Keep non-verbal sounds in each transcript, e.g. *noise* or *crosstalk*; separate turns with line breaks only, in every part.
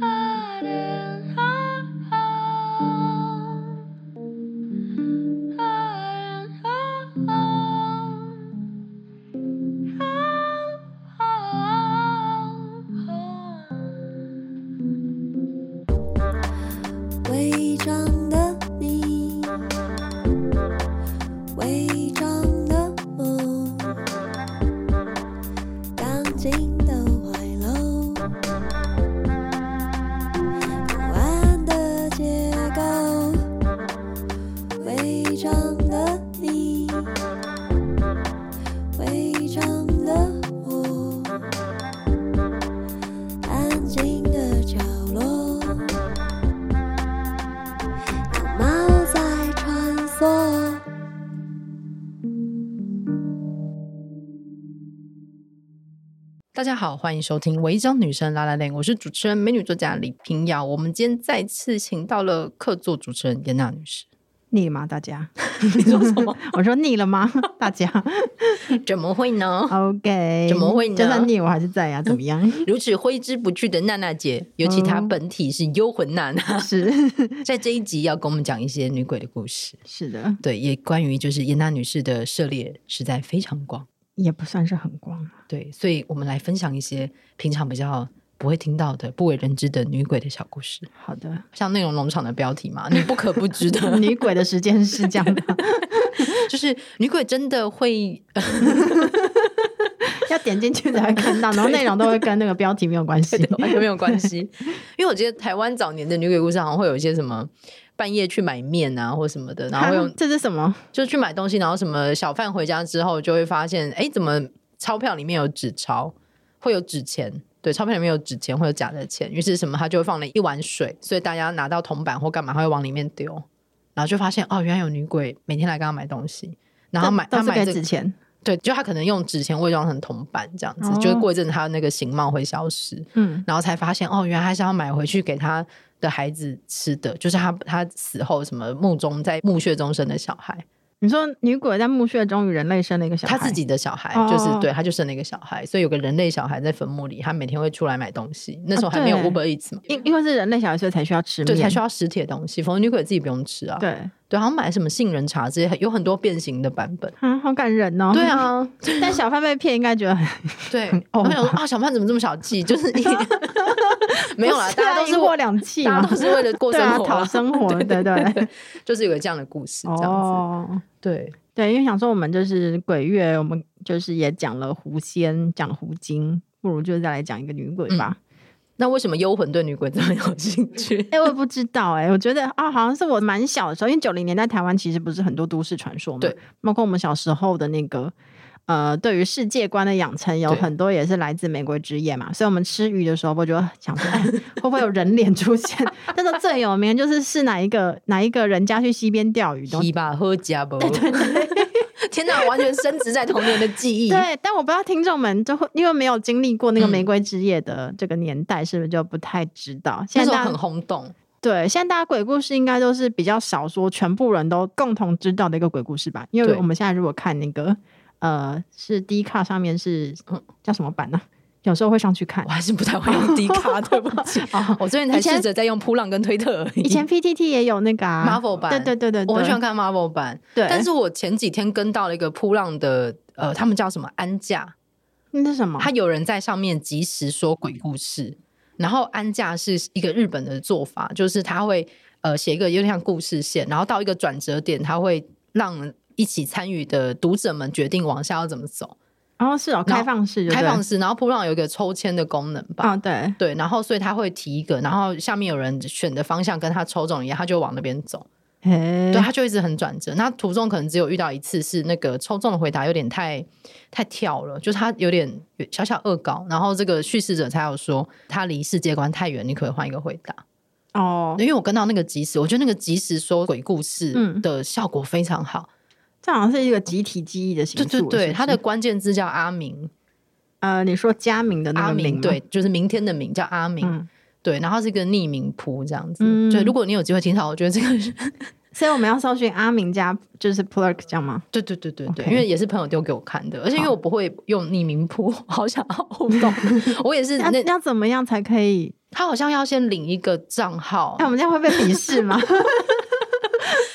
하른 하하 하른 하하
伪装的你，伪装的我，钢筋的怀楼，不安的结构，伪装的你，伪装的我，安静的角落。有猫在穿梭。
大家好，欢迎收听《违章女生拉拉链》，我是主持人美女作家李平遥。我们今天再次请到了客座主持人严娜女士。
腻了吗？大家？
*laughs* 你说什么？
*laughs* 我说腻了吗？大家
*laughs* 怎么会呢？
？OK？
怎么会啊呢
就算腻，我还是在呀、怎么样？
*laughs*
*laughs*
如此挥之不去的娜娜姐，尤其她
嗯
本体是幽魂娜娜， *laughs*
是 *laughs*
在这一集要跟我们讲一些女鬼的故事。
是的，
对，也关于就是严娜女士的涉猎实在非常广。
也不算是很光。啊
对，所以我们来分享一些平常比较不会听到的、不为人知的女鬼的小故事，*laughs*
好的，
像内容农场的标题嘛，你不可不知 *laughs* 的
女鬼的时间是这样的， *laughs*
就是女鬼真的会，
要点进去才会看到，然后内容都会跟那个标题没有关系。
完全没有关系。因为我觉得台湾早年的女鬼故事好像会有一些什么半夜去买面啊，或什么的，然后会
哈
用
*laughs* 这是什么？
就去买东西，然后什么小贩回家之后就会发现，哎，怎么钞票里面有纸钞，会有纸钱。对，钞票里面有纸钱，会有假的钱，于是什么，他就会放了一碗水，所以大家拿到铜板或干嘛，他会往里面丢，然后就发现哦，原来有女鬼每天来跟他买东西，然后买
都
他
是
买
给
这个
纸钱，
对，就他可能用纸钱伪装成铜板这样子，
哦
就是过一阵子他那个形貌会消失，
嗯，
然后才发现哦，原来他是要买回去给他的孩子吃的，就是他他死后什么墓中在墓穴中生的小孩，
你说女鬼在墓穴中与人类生了一个小孩，
他自己的小孩，
哦
就是对，他就生了一个小孩，所以有个人类小孩在坟墓里，他每天会出来买东西，那时候还没有
哦对
Uber Eats 嘛。
因因为是人类小孩，所以才需要吃面，
对，才需要实体的东西，否则女鬼自己不用吃啊。，
对，
对，好像买什么杏仁茶这些，有很多变形的版本。
啊，好感人哦。
对，啊，
*laughs* 但小贩被骗应该觉得很
对，
哦
我想说啊，小胖怎么这么小
*laughs*
气？就是一 *laughs* 没有啦，
不
大家
啊
都
一
是
货
为
两气
大
嘛
家都是为了过
对
生
啊，
活啦
讨生活，对
*laughs*
对
对，就是有个这样的故事，这样子。
哦，
对，
对，因为想说我们就是鬼月，我们就是也讲了狐仙，讲了狐精，不如就再来讲一个女鬼
嗯
吧。
那为什么幽魂对女鬼这么有兴 *laughs* 趣？
哎、我也不知道哎、我觉得啊、好像是我蛮小的时候，因为九零年代台湾其实不是很多都市传说嘛，
对，
包括我们小时候的那个。呃，对于世界观的养成有
对
很多也是来自美国之夜嘛，所以我们吃鱼的时候，我就想说、哎会不会有人脸出现？ *laughs* 但是最有名的就是是哪一个哪一个人家去西边钓鱼，然后
一把喝家不？ *laughs* 天哪，完全升值在童年的记忆。
对，但我不知道听众们就会因为没有经历过那个
嗯
玫瑰之夜的这个年代，是不是就不太知道？
那
现
时候
在大
很
家
轰动，
对现在大家鬼故事应该都是比较少说全部人都共同知道的一个鬼故事吧？因为
对
我们现在如果看那个呃是 D 卡上面是
嗯
叫什么版呢、有时候会上去看
我。还是不太会用低卡，对不起。
哦，
*laughs* 我最近才
以前
试着在用扑浪跟推特而已。
以前 PTT 也有那个、啊、
Marvel 版
对对对对对，
我很喜欢看 Marvel 版，
对，
但是我前几天跟到了一个扑浪的，呃，他们叫什么安架，
那是什么？
他有人在上面及时说鬼故事，然后安架是一个日本的做法，就是他会呃写一个有点像故事线，然后到一个转折点，他会让一起参与的读者们决定往下要怎么走，
然后是哦，
然后
开放式就对，
开放式，然后铺浪有一个抽签的功能吧。
啊、对，
对，然后所以他会提一个，然后下面有人选的方向跟他抽中一样，他就往那边走。
嘿
对，他就一直很转折。那途中可能只有遇到一次是那个抽中的回答有点太太跳了，就是他有点小小恶搞，然后这个叙事者才有说他离世界观太远，你可不可以换一个回答。
哦，
因为我跟到那个即时，我觉得那个即时说鬼故事
嗯
的效果非常好。
这好像是一个集体记忆的形
对
式。
对
是
对，
不
他
是
的关键字叫阿明，
呃，你说佳明的那
阿
个名
明
吗
对，，就是明天的明叫阿明，
嗯，
对，然后是一个匿名铺这样子。
嗯
对，如果你有机会听到，我觉得这个是
所以我们要搜寻阿明加就是 Plurk 这样吗？
对对对对对
OK
因为也是朋友丢给我看的，而且因为 *laughs*
*laughs*
我不会用匿名铺，好想要互动，我也是
要
那
要怎么样才可以？哎
他好像要先领一个账号
那，我们这样会被鄙
*laughs*
视吗？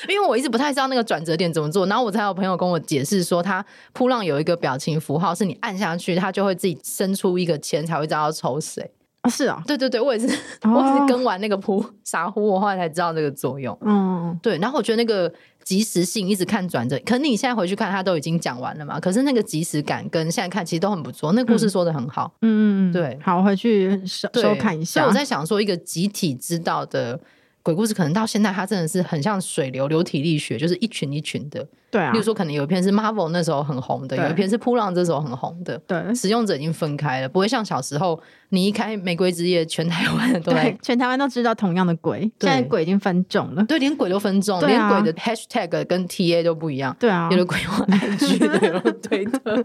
因为我一直不太知道那个转折点怎么做，然后我才有朋友跟我解释说，他扑浪有一个表情符号，是你按下去，它就会自己伸出一个签，才会知道要抽谁。
哦是哦，
对对对，我也是， *laughs*
哦
我也是跟完那个扑傻乎，我后来才知道那个作用。
嗯，
对，然后我觉得那个及时性一直看转折，可是你现在回去看，他都已经讲完了嘛。可是那个即时感跟现在看其实都很不错，那故事说的很好。
嗯嗯，嗯
对
好，我回去收
对
收看一
所以
下。
我在想说，一个集体知道的鬼故事，可能到现在它真的是很像水流流体力学，就是一群一群的。
对啊
例，如说，可能有一篇是 Marvel 那时候很红的，
对嗯
有一篇是扑浪这时候很红的。
对
使用者已经分开了，不会像小时候你一开《玫瑰之夜》，全台湾人都在
对，全台湾都知道同样的鬼，现
对
在鬼已经分众了。
对，连鬼都分众，
对
连
啊
鬼的 hashtag 跟 TA 都不一样。
对啊
有，的鬼用 IG
*laughs*
的，有的推特。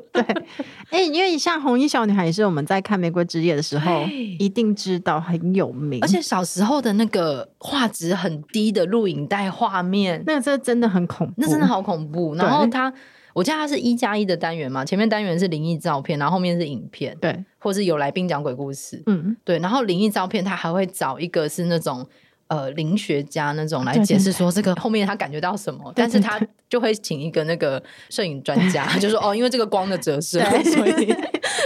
哎，因为像红衣小女孩也是我们在看《玫瑰之夜》的时候
对
一定知道很有名，
而且小时候的那个画质很低的录影带画面，
那个哦真的真的很恐怖，
那真的好恐怖。然后它，我记得它是一加一的单元嘛，前面单元是灵异照片，然后后面是影片，
对，
或是有来宾讲鬼故事。
嗯，
对，然后灵异照片它还会找一个是那种。呃，灵学家那种来
哦对对
解释说这个后面他感觉到什么，
对
但是
对
他就会请一个那个摄影专家，就说哦，因为这个光的折射，
对
所以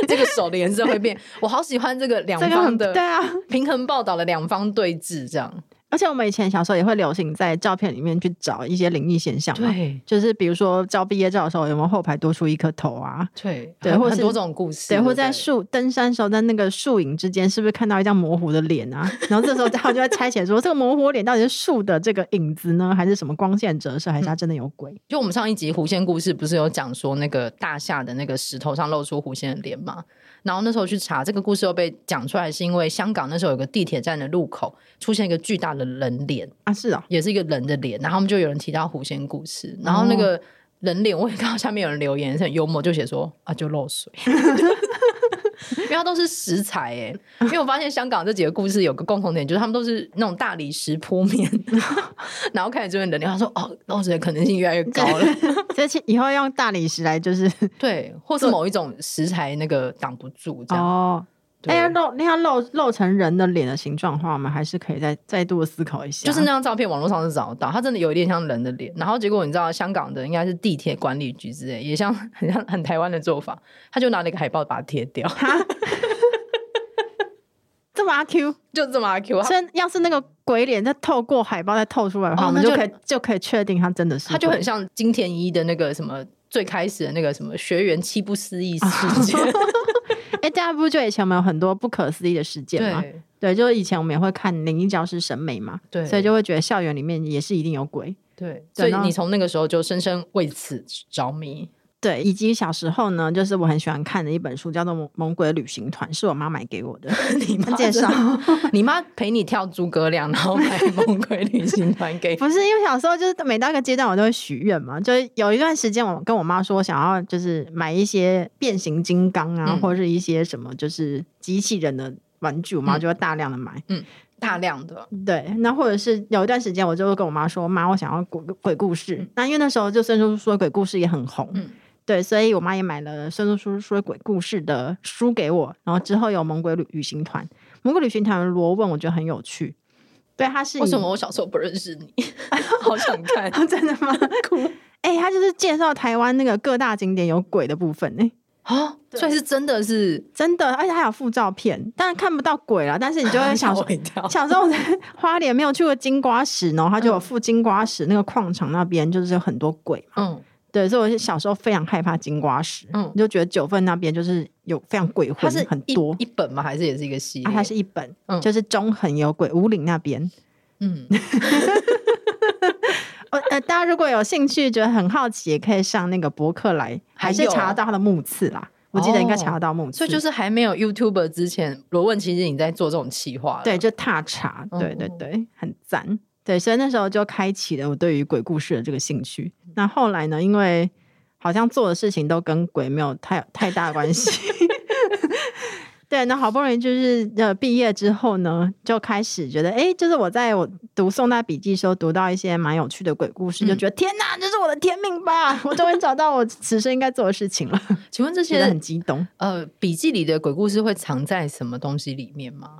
这个手的颜色会变。我好喜欢这个两
这个
方
很
的
对啊。
平衡报道的两方对峙，这样
而且我们以前小时候也会流行在照片里面去找一些灵异现象嘛，
对
就是比如说照毕业照的时候，有没有后排多出一颗头啊？
对
对
很
或是
很多种故事，
对，
不
或在树登山的时候，在那个树影之间，是不是看到一张模糊的脸啊？然后这时候大家就在猜想说，这个 *laughs* 模糊的脸到底是树的这个影子呢，还是什么光线折射，还是它真的有鬼？
就我们上一集狐仙故事不是有讲说那个大夏的那个石头上露出狐仙的脸吗？然后那时候去查这个故事又被讲出来，是因为香港那时候有个地铁站的路口出现一个巨大的人脸，
啊，是
*laughs*
哦，
也是一个人的脸，然后他们就有人提到狐仙故事，然后那个人脸我也看到下面有人留言是很幽默，就写说啊就漏水。 *laughs* 因为它都是石材哎、因为我发现香港这几个故事有个共同点，就是他们都是那种大理石铺面，然后开始这边人脸，他说哦漏水的可能性越来越高了，
*laughs* 所以其以后用大理石来就是
对，或是某一种食材那个挡不住这样。
哦。
对
哎呀，露那要露露成人的脸的形状化吗？还是可以再再度思考一下？
就是那张照片，网络上是找得到，它真的有一点像人的脸。然后结果你知道，香港的应该是地铁管理局之类，也像 *laughs* 很像很台湾的做法，他就拿了一个海报把它贴掉，
这么阿 Q，
就这么阿 Q 他。
所以要是那个鬼脸再透过海报再透出来的话，
哦
我们
那
就
就
可以就可以确定它真的是
他就
鬼
很像金田一的那个什么最开始的那个什么学员七不思
*laughs*
议事件，
哎，大家不就以前我们有很多不可思议的事件吗？
对
对，就是以前我们也会看《灵异教师审美》嘛，
对
所以就会觉得校园里面也是一定有鬼。
对，所以
然后
你从那个时候就深深为此着
*laughs*
迷。
对，以及小时候呢，就是我很喜欢看的一本书，叫做《猛猛鬼旅行团》，是我妈买给我的。
你妈
介绍
真的，你妈陪你跳诸葛亮，然后买 *laughs* 《猛鬼旅行团》给
不是因为小时候就是每到一个阶段，我都会许愿嘛。就是有一段时间，我跟我妈说，我想要就是买一些变形金刚啊，
嗯
或者是一些什么就是机器人的玩具，我
嗯
妈就会大量的买。
大量的，
对，那或者是有一段时间，我就会跟我妈说：“妈，我想要鬼鬼故事。那因为那时候就孙叔叔说鬼故事也很红，
嗯
对，所以我妈也买了孙叔叔说鬼故事的书给我。然后之后有猛鬼旅旅行团，猛鬼旅行团的罗问我觉得很有趣。对，他是以
为什么？我小时候不认识你？嗯 *laughs* 好想
*laughs*
看
哦真的吗？
哭
*laughs* 哎、他就是介绍台湾那个各大景点有鬼的部分哎、
*laughs* 啊！所以是真的是
真的，而且还有附照片，当然看不到鬼了，但是你就会想
吓
说
我。一跳。
小时候在花莲没有去过金瓜石，然后他就有
嗯
附金瓜石那个矿场那边就是有很多鬼嘛。
嗯，
对，所以我小时候非常害怕金瓜石，
嗯
你就觉得九份那边就是有非常鬼
它
魂
是
很
一
多。
一本吗？还是也是一个系
啊，
列？
它是一本，
嗯
就是中横有鬼，五岭那边。
嗯，
呃呃，大家如果有兴趣，觉得很好奇，也可以上那个博客来，还
还
是
有啊哦
查得到它的墓次啦。我记得应该查得到墓次，
所以就是还没有 YouTube 之前，罗问其实你在做这种企划了，
对，就踏查，对对
嗯嗯嗯
对，很赞。对，所以那时候就开启了我对于鬼故事的这个兴趣。
嗯
那后来呢，因为好像做的事情都跟鬼没有太太大关系。 *laughs* 对，那好不容易就是呃毕业之后呢，就开始觉得，哎，就是我在我读宋代笔记的时候，读到一些蛮有趣的鬼故事，就
嗯
觉得天哪，这是我的天命吧！我终于找到我此生应该做的事
*laughs*
情了，
请问这
觉得
些
很激动。
呃笔记里的鬼故事会藏在什么东西里面吗？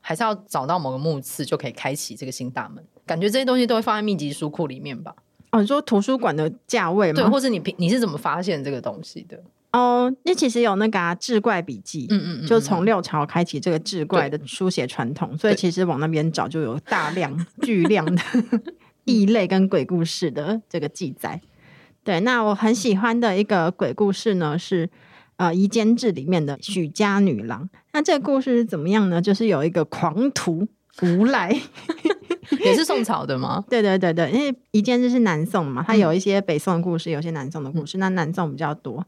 还是要找到某个木刺就可以开启这个新大门。感觉这些东西都会放在秘籍书库里面吧？
哦，你说图书馆的价位
对，
吗？
或者你平你是怎么发现这个东西的？
哦，那其实有那个、啊《志怪笔记》
嗯嗯嗯，
就
嗯
从六朝开启这个志怪的书写传统，所以其实往那边找就有大量巨量
*laughs*
的异类跟鬼故事的这个记载。对，那我很喜欢的一个鬼故事呢是。呃，《夷坚志》里面的许家女郎，那这个故事是怎么样呢？就是有一个狂徒无赖，
也是宋朝的吗？
对对对对，因为《一件事》是南宋嘛，它有一些北宋的故事，有些南宋的故事，那南宋比较多。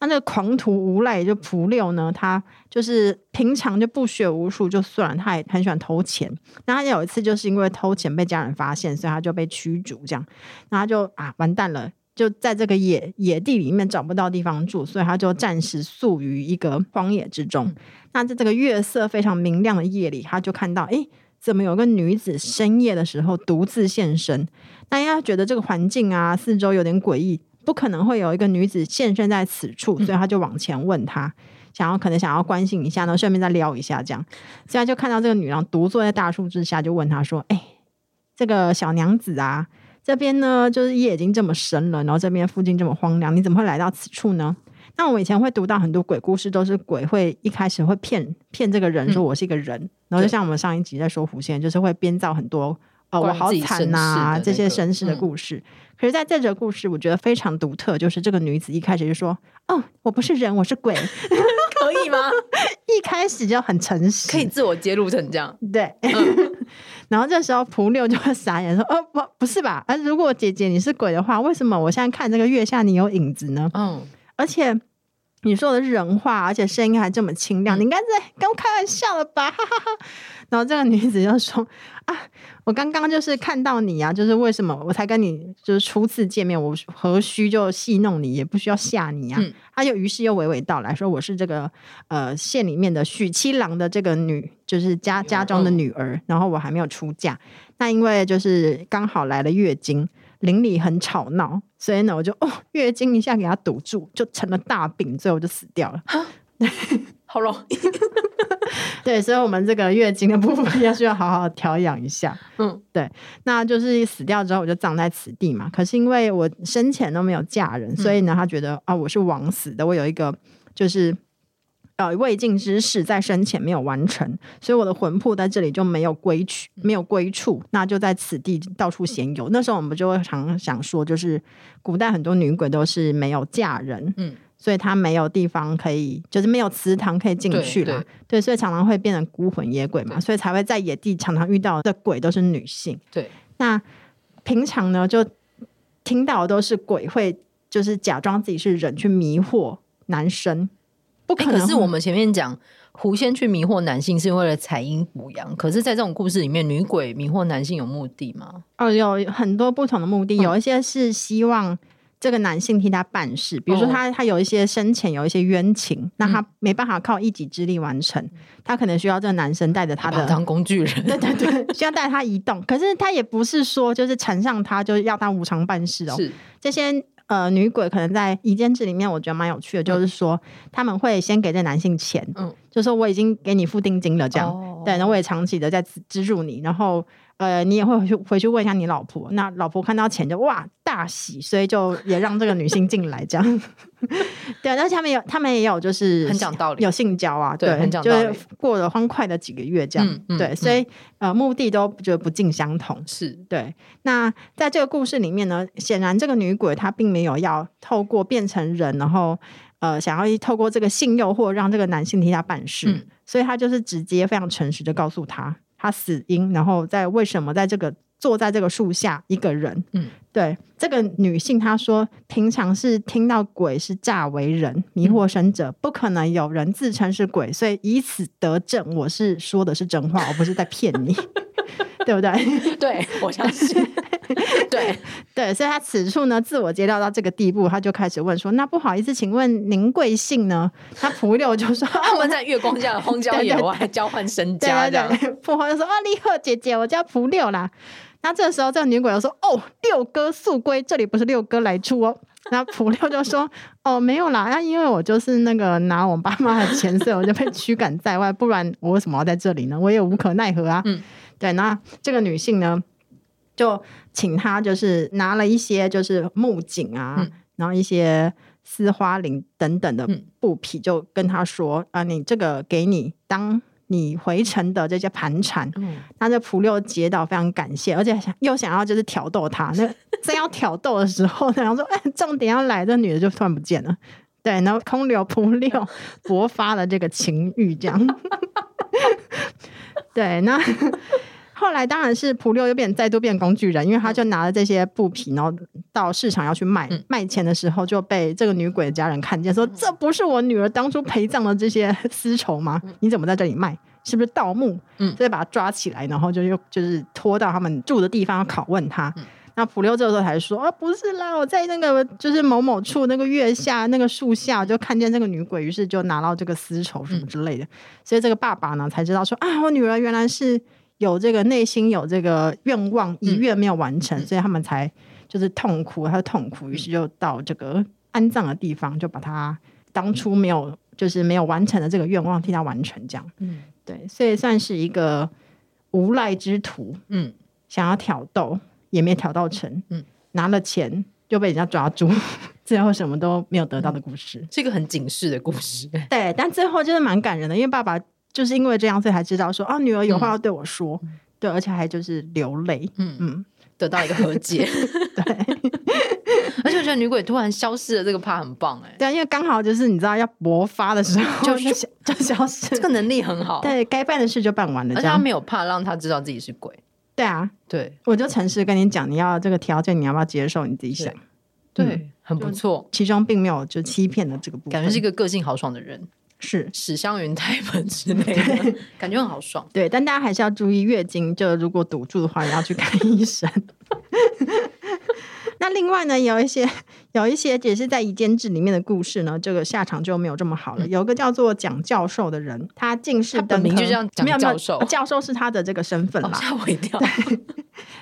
那这个狂徒无赖就蒲六呢，他就是平常就不学无术就算了，他也很喜欢偷钱。那他有一次就是因为偷钱被家人发现，所以他就被驱逐，这样，那他就啊完蛋了。就在这个野野地里面找不到地方住，所以他就暂时宿于一个荒野之中。那在这个月色非常明亮的夜里，他就看到，诶，怎么有个女子深夜的时候独自现身？那因为他觉得这个环境啊，四周有点诡异，不可能会有一个女子现身在此处，所以他就往前问她，想要可能想要关心一下，然后顺便再撩一下这样。所以他就看到这个女郎独坐在大树之下，就问她说：“哎、这个小娘子啊，这边呢就是夜已经这么深了，然后这边附近这么荒凉，你怎么会来到此处呢？”那我以前会读到很多鬼故事，都是鬼会一开始会骗骗这个人
嗯
说我是一个人，然后就像我们上一集在说狐仙，就是会编造很多呃我
关于
好
自己身
惨
世
呐、
的
这
那
些
个
身世的
嗯
故事。可是在这则故事，我觉得非常独特，就是这个女子一开始就说：“哦，我不是人，我是
*laughs*
鬼。
可以吗？”
一开始就很诚实，
可以嗯自我揭露成这样？
对， *laughs* 然后这时候蒲六就会傻眼说：“哦，不，不是吧？啊，如果姐姐你是鬼的话，为什么我现在看这个月下你有影子呢？
嗯，
而且你说的人话，而且声音还这么清亮，
嗯
你应该在跟我开玩笑了吧？”哈哈哈。然后这个女子就说：“啊，我刚刚就是看到你啊，就是为什么我才跟你就是初次见面，我何须就戏弄你，也不需要吓你啊？”
嗯
他又于是又娓娓道来说：“我是这个呃县里面的许七郎的这个女，就是家家中的女儿，然后我还没有出嫁。那因为就是刚好来了月经，邻里很吵闹，所以呢我就哦月经一下给她堵住，就成了大病，所以我就死掉了。
好容易。
对，所以我们这个月经的部分要需要好好调养一下。
嗯，
那就是死掉之后我就葬在此地嘛。可是因为我生前都没有嫁人，所以
嗯
呢，他觉得啊，我是枉死的，我有一个就是呃未尽之事在生前没有完成，所以我的魂魄在这里就没有归去，
嗯
没有归处，那就在此地到处闲游。那时候我们就会常想说，就是古代很多女鬼都是没有嫁人，
嗯。
所以她没有地方可以，就是没有祠堂可以进
对
去啦。对，所以常常会变成孤魂野鬼嘛，
对
所以才会在野地常常遇到的鬼都是女性。
对，
那平常呢，就听到的都是鬼会，就是假装自己是人去迷惑男生，不
哎、
可能会、
可是我们前面讲狐仙去迷惑男性是为了采阴补阳，可是，在这种故事里面，女鬼迷惑男性有目的吗？
哦，有很多不同的目的，
嗯
有一些是希望这个男性替他办事，比如说
哦嗯
他他有一些生前有一些冤情，那他没办法靠一己之力完成，他可能需要这个男生带着他
把她
*laughs* 的。
当工具 *laughs* 人，
对对对，需要带他移动，可是他也不是说就是缠上他就要他无偿办事哦，
是
这些呃女鬼可能在《一间志》里面，我觉得蛮有趣的，就是说他们会先给这男性钱，
嗯
就说我已经给你付定金了，这样，
哦
对，然后我也长期的在资资助你，然后呃你也会回去回去问一下你老婆，那老婆看到钱就哇大喜，所以就也让这个女性进来
*laughs*
这样，对，而且他们有他们也有就是
很讲道理
有性交啊，
对很讲
就
道理
是过了欢快的几个月这样，
嗯嗯
对，所以、呃目的都觉得不尽相同，
是
对，那在这个故事里面呢，显然这个女鬼她并没有要透过变成人，然后呃，想要透过这个性诱惑让这个男性替她办事，
嗯
所以她就是直接非常诚实的告诉他，她死因，然后在为什么在这个坐在这个树下一个人，
嗯，
对，这个女性她说，平常是听到鬼是诈为人，迷
嗯
惑生者，不可能有人自称是鬼，所以以此得证，我是说的是真话，我不是在骗
*laughs*
你，对不对？
对，我相 *laughs* 信，对，
对，所以他此处呢，自我揭露到这个地步，他就开始问说：“那不好意思，请问您贵姓呢？”那蒲六就说：“ *laughs* 啊
他们在月光 *laughs* 下的荒郊野外交换身
对
家，这
对
样
对。” *laughs* 蒲红就说：“啊，你好，姐姐，我叫蒲六啦。”那这时候，这个女鬼就说：“哦，六哥速归，这里不是六哥来处哦。” *laughs* 那普六就说：“哦，没有啦，那因为我就是那个拿我爸妈的钱，所以我就被驱赶在外，不然我为什么要在这里呢？我也无可奈何啊。”
嗯，
对。那这个女性呢，就请她就是拿了一些就是木槿啊，
嗯
然后一些丝花绫等等的
嗯
布匹，就跟她说：“啊，你这个给你当你回程的这些盘缠，
嗯，
那这普六接到非常感谢，而且想又想要就是挑逗他。那正要挑逗的时候，然后说：“哎，重点要来，这女的就突然不见了。”对，然后空留普六勃发了这个情欲，这样。 *laughs* 对，那 *laughs* 后来当然是普六又变再度变工具人，因为他就拿了这些布匹，然后到市场要去卖，
嗯
卖钱的时候就被这个女鬼的家人看见，说：“这不是我女儿当初陪葬的这些丝绸吗？你怎么在这里卖？是不是盗墓？”
嗯
所以把他抓起来，然后就又就是拖到他们住的地方拷问他。
嗯
那普六这个时候才说啊，不是啦，我在那个就是某某处那个月下那个树下就看见这个女鬼，于是就拿到这个丝绸
嗯
什么之类的。所以这个爸爸呢才知道说啊，我女儿原来是有这个内心有这个愿
嗯
望遗愿没有完成，所以他们才就是痛苦，他痛苦，于是就到这个安葬的地方，就把他当初没有就是没有完成的这个愿望替他完成，这样。
嗯
对，所以算是一个无赖之徒，
嗯，
想要挑逗也没挑逗成，
嗯
拿了钱就被人家抓住， *laughs* 最后什么都没有得到的故事。
是一个很警示的故事。 *laughs*
对，但最后真的蛮感人的，因为爸爸就是因为这样，所以才知道说，哦，女儿有话要对我说，对，而且还就是流泪，
嗯
嗯，
得到一个和解。 *laughs* 对， *laughs* 而且我觉得女鬼突然消失的这个怕很棒哎、
对，因为刚好就是你知道要勃发的时候
就
就消就消失，
这个能力很好。，
对该办的事就办完了，
而
这
且她
样
没有怕让她知道自己是鬼。
对啊，
对
我就诚实跟你讲，你要这个条件，你要不要接受，你自己想
对。
嗯
对，很不错，
其中并没有就欺骗的这个部分，
感觉是一个个性豪爽的人，
是
史湘云台本之类的，感觉很豪爽。
对，但大家还是要注意月经，就如果堵住的话，也要去 *laughs* 看医生。那另外呢，有一些有一些也是在《夷坚志》里面的故事呢，这个下场就没有这么好了。有一个叫做蒋教授的人，他进士
嗯他
登
本
科，
名就叫蒋
没有没有
教授
呃教授是他的这个身份
哦
啦。
吓、我一跳！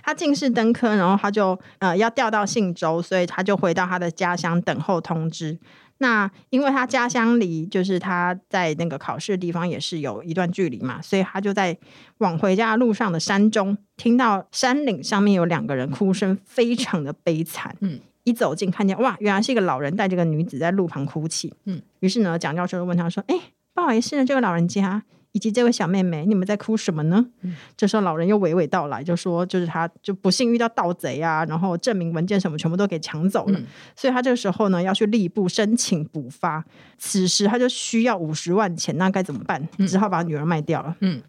他进士登科，然后他就呃要调到信州，所以他就回到他的家乡等候通知。那因为他家乡离就是他在那个考试的地方也是有一段距离嘛，所以他就在往回家的路上的山中，听到山岭上面有两个人哭声，非常的悲惨。
嗯，
一走近看见哇，原来是一个老人带着个女子在路旁哭泣。
嗯，
于是呢，蒋教授就问他说：“哎，不好意思呢，这个老人家以及这位小妹妹，你们在哭什么呢？”
嗯
这时候老人又娓娓道来，就说就是他就不幸遇到盗贼啊，然后证明文件什么全部都给抢走了，
嗯
所以他这个时候呢要去吏部申请补发，此时他就需要五十万钱，那该怎么办？只好把女儿卖掉了。
嗯，